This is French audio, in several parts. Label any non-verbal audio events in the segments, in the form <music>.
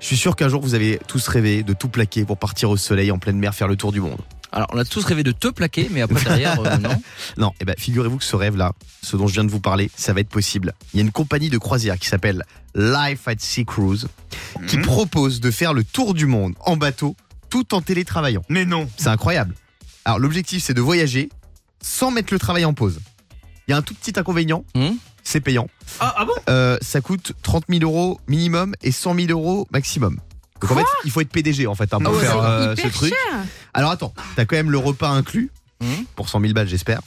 Je suis sûr qu'un jour vous avez tous rêvé de tout plaquer pour partir au soleil en pleine mer faire le tour du monde. Alors, on a tous rêvé de te plaquer, mais après derrière, euh, non. Non, eh ben figurez-vous que ce rêve-là, ce dont je viens de vous parler, ça va être possible. Il y a une compagnie de croisière qui s'appelle Life at Sea Cruise qui Mhm. propose de faire le tour du monde en bateau tout en télétravaillant. Mais non. C'est incroyable. Alors l'objectif c'est de voyager sans mettre le travail en pause. Il y a un tout petit inconvénient, Mhm. Hmm. c'est payant. Ah, ah bon Euh, ça coûte 30 000 euros minimum et 100 000 euros maximum. Donc en fait, il faut être PDG en fait hein, pour Ah ouais, faire c'est euh, ce truc. Alors attends, t'as quand même le repas inclus Mhm. pour 100 000 balles, j'espère.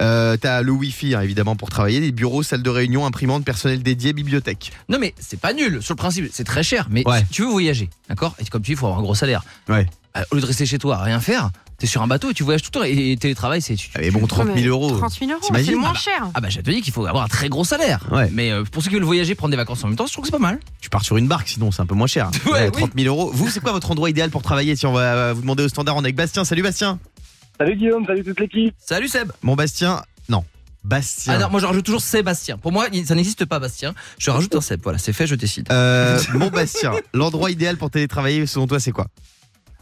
Euh, t'as le wifi hein, évidemment pour travailler, des bureaux, salles de réunion, imprimantes, personnel dédié, bibliothèque. Non, mais c'est pas nul. Sur le principe, c'est très cher, mais Ouais. si tu veux voyager, d'accord Et comme tu dis, il faut avoir un gros salaire. Ouais. Euh, Au lieu de rester chez toi à rien faire, t'es sur un bateau et tu voyages tout le temps. Et, et télétravail, c'est. tu- Ah, Mais bon, 30 000 euros. 30 000 euros, c'est T'imagines le Ah moins bah. cher. Ah bah, je te dis qu'il faut avoir un très gros salaire. Ouais. Mais euh, pour ceux qui veulent voyager, prendre des vacances en même temps, je trouve que c'est pas mal. Tu pars sur une barque sinon, c'est un peu moins cher. <laughs> Ouais, oui. 30 000 euros. Vous, c'est quoi votre endroit idéal pour travailler Si on va euh, vous demander au standard, on est avec Bastien. Salut Bastien. Salut Guillaume, salut toute l'équipe. Salut Seb. Mon Bastien, non. Ah Bastien. non, moi je rajoute toujours Sébastien. Pour moi, il- ça n'existe pas Bastien. Je rajoute un Seb. Voilà, c'est fait, je décide. Euh, <laughs> mon Bastien, l'endroit idéal pour télétravailler selon toi, c'est quoi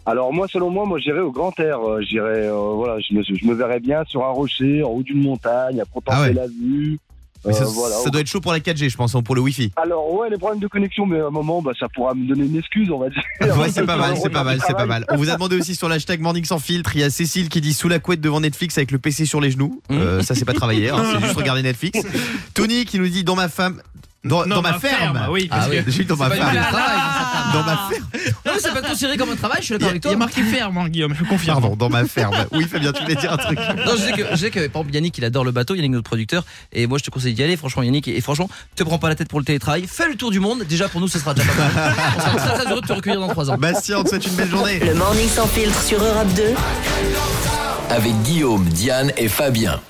Alors moi, selon moi, moi j'irais au Grand Air. Euh, J'irais, euh, voilà, je me, je me verrais bien sur un rocher, en haut d'une montagne, à contempler Ah ouais. la vue. Mais ça, Euh, voilà. ça doit être chaud pour la 4G, je pense, hein, pour le Wi-Fi. Alors ouais, les problèmes de connexion, mais à un moment, bah, ça pourra me donner une excuse, on va dire. <laughs> <laughs> Ouais, c'est pas mal, c'est pas mal, c'est pas Travail. mal. On vous a demandé aussi sur l'hashtag Morning sans filtre. Il y a Cécile qui dit sous la couette devant Netflix avec le PC sur les genoux. Euh, ça, c'est pas travailler, hein, c'est juste regarder Netflix. <laughs> Tony qui nous dit dans ma femme, dans, dans ma, ferme. Oui, Ah parce oui. que. J'ai dit dans ma pas du mal femme. Ah, à travail, Dans <laughs> ma ferme. Non, mais c'est pas considéré comme un travail, je suis Il y a- d'accord avec Il toi. y a marqué ferme, hein, Guillaume, je confirme. Pardon, dans ma ferme. Oui, Fabien, tu voulais dire un truc. Non, je sais que, je sais que par exemple, Yannick, il adore le bateau, Yannick, notre producteur, et moi, je te conseille d'y aller, franchement, Yannick, et, et franchement, te prends pas la tête pour le télétravail, fais le tour du monde, déjà pour nous, ce sera déjà pas mal. On sera très, très heureux de te recueillir dans 3 ans. Bastien, on te souhaite une belle journée. Le morning sans filtre sur Europe 2. avec Guillaume, Diane et Fabien.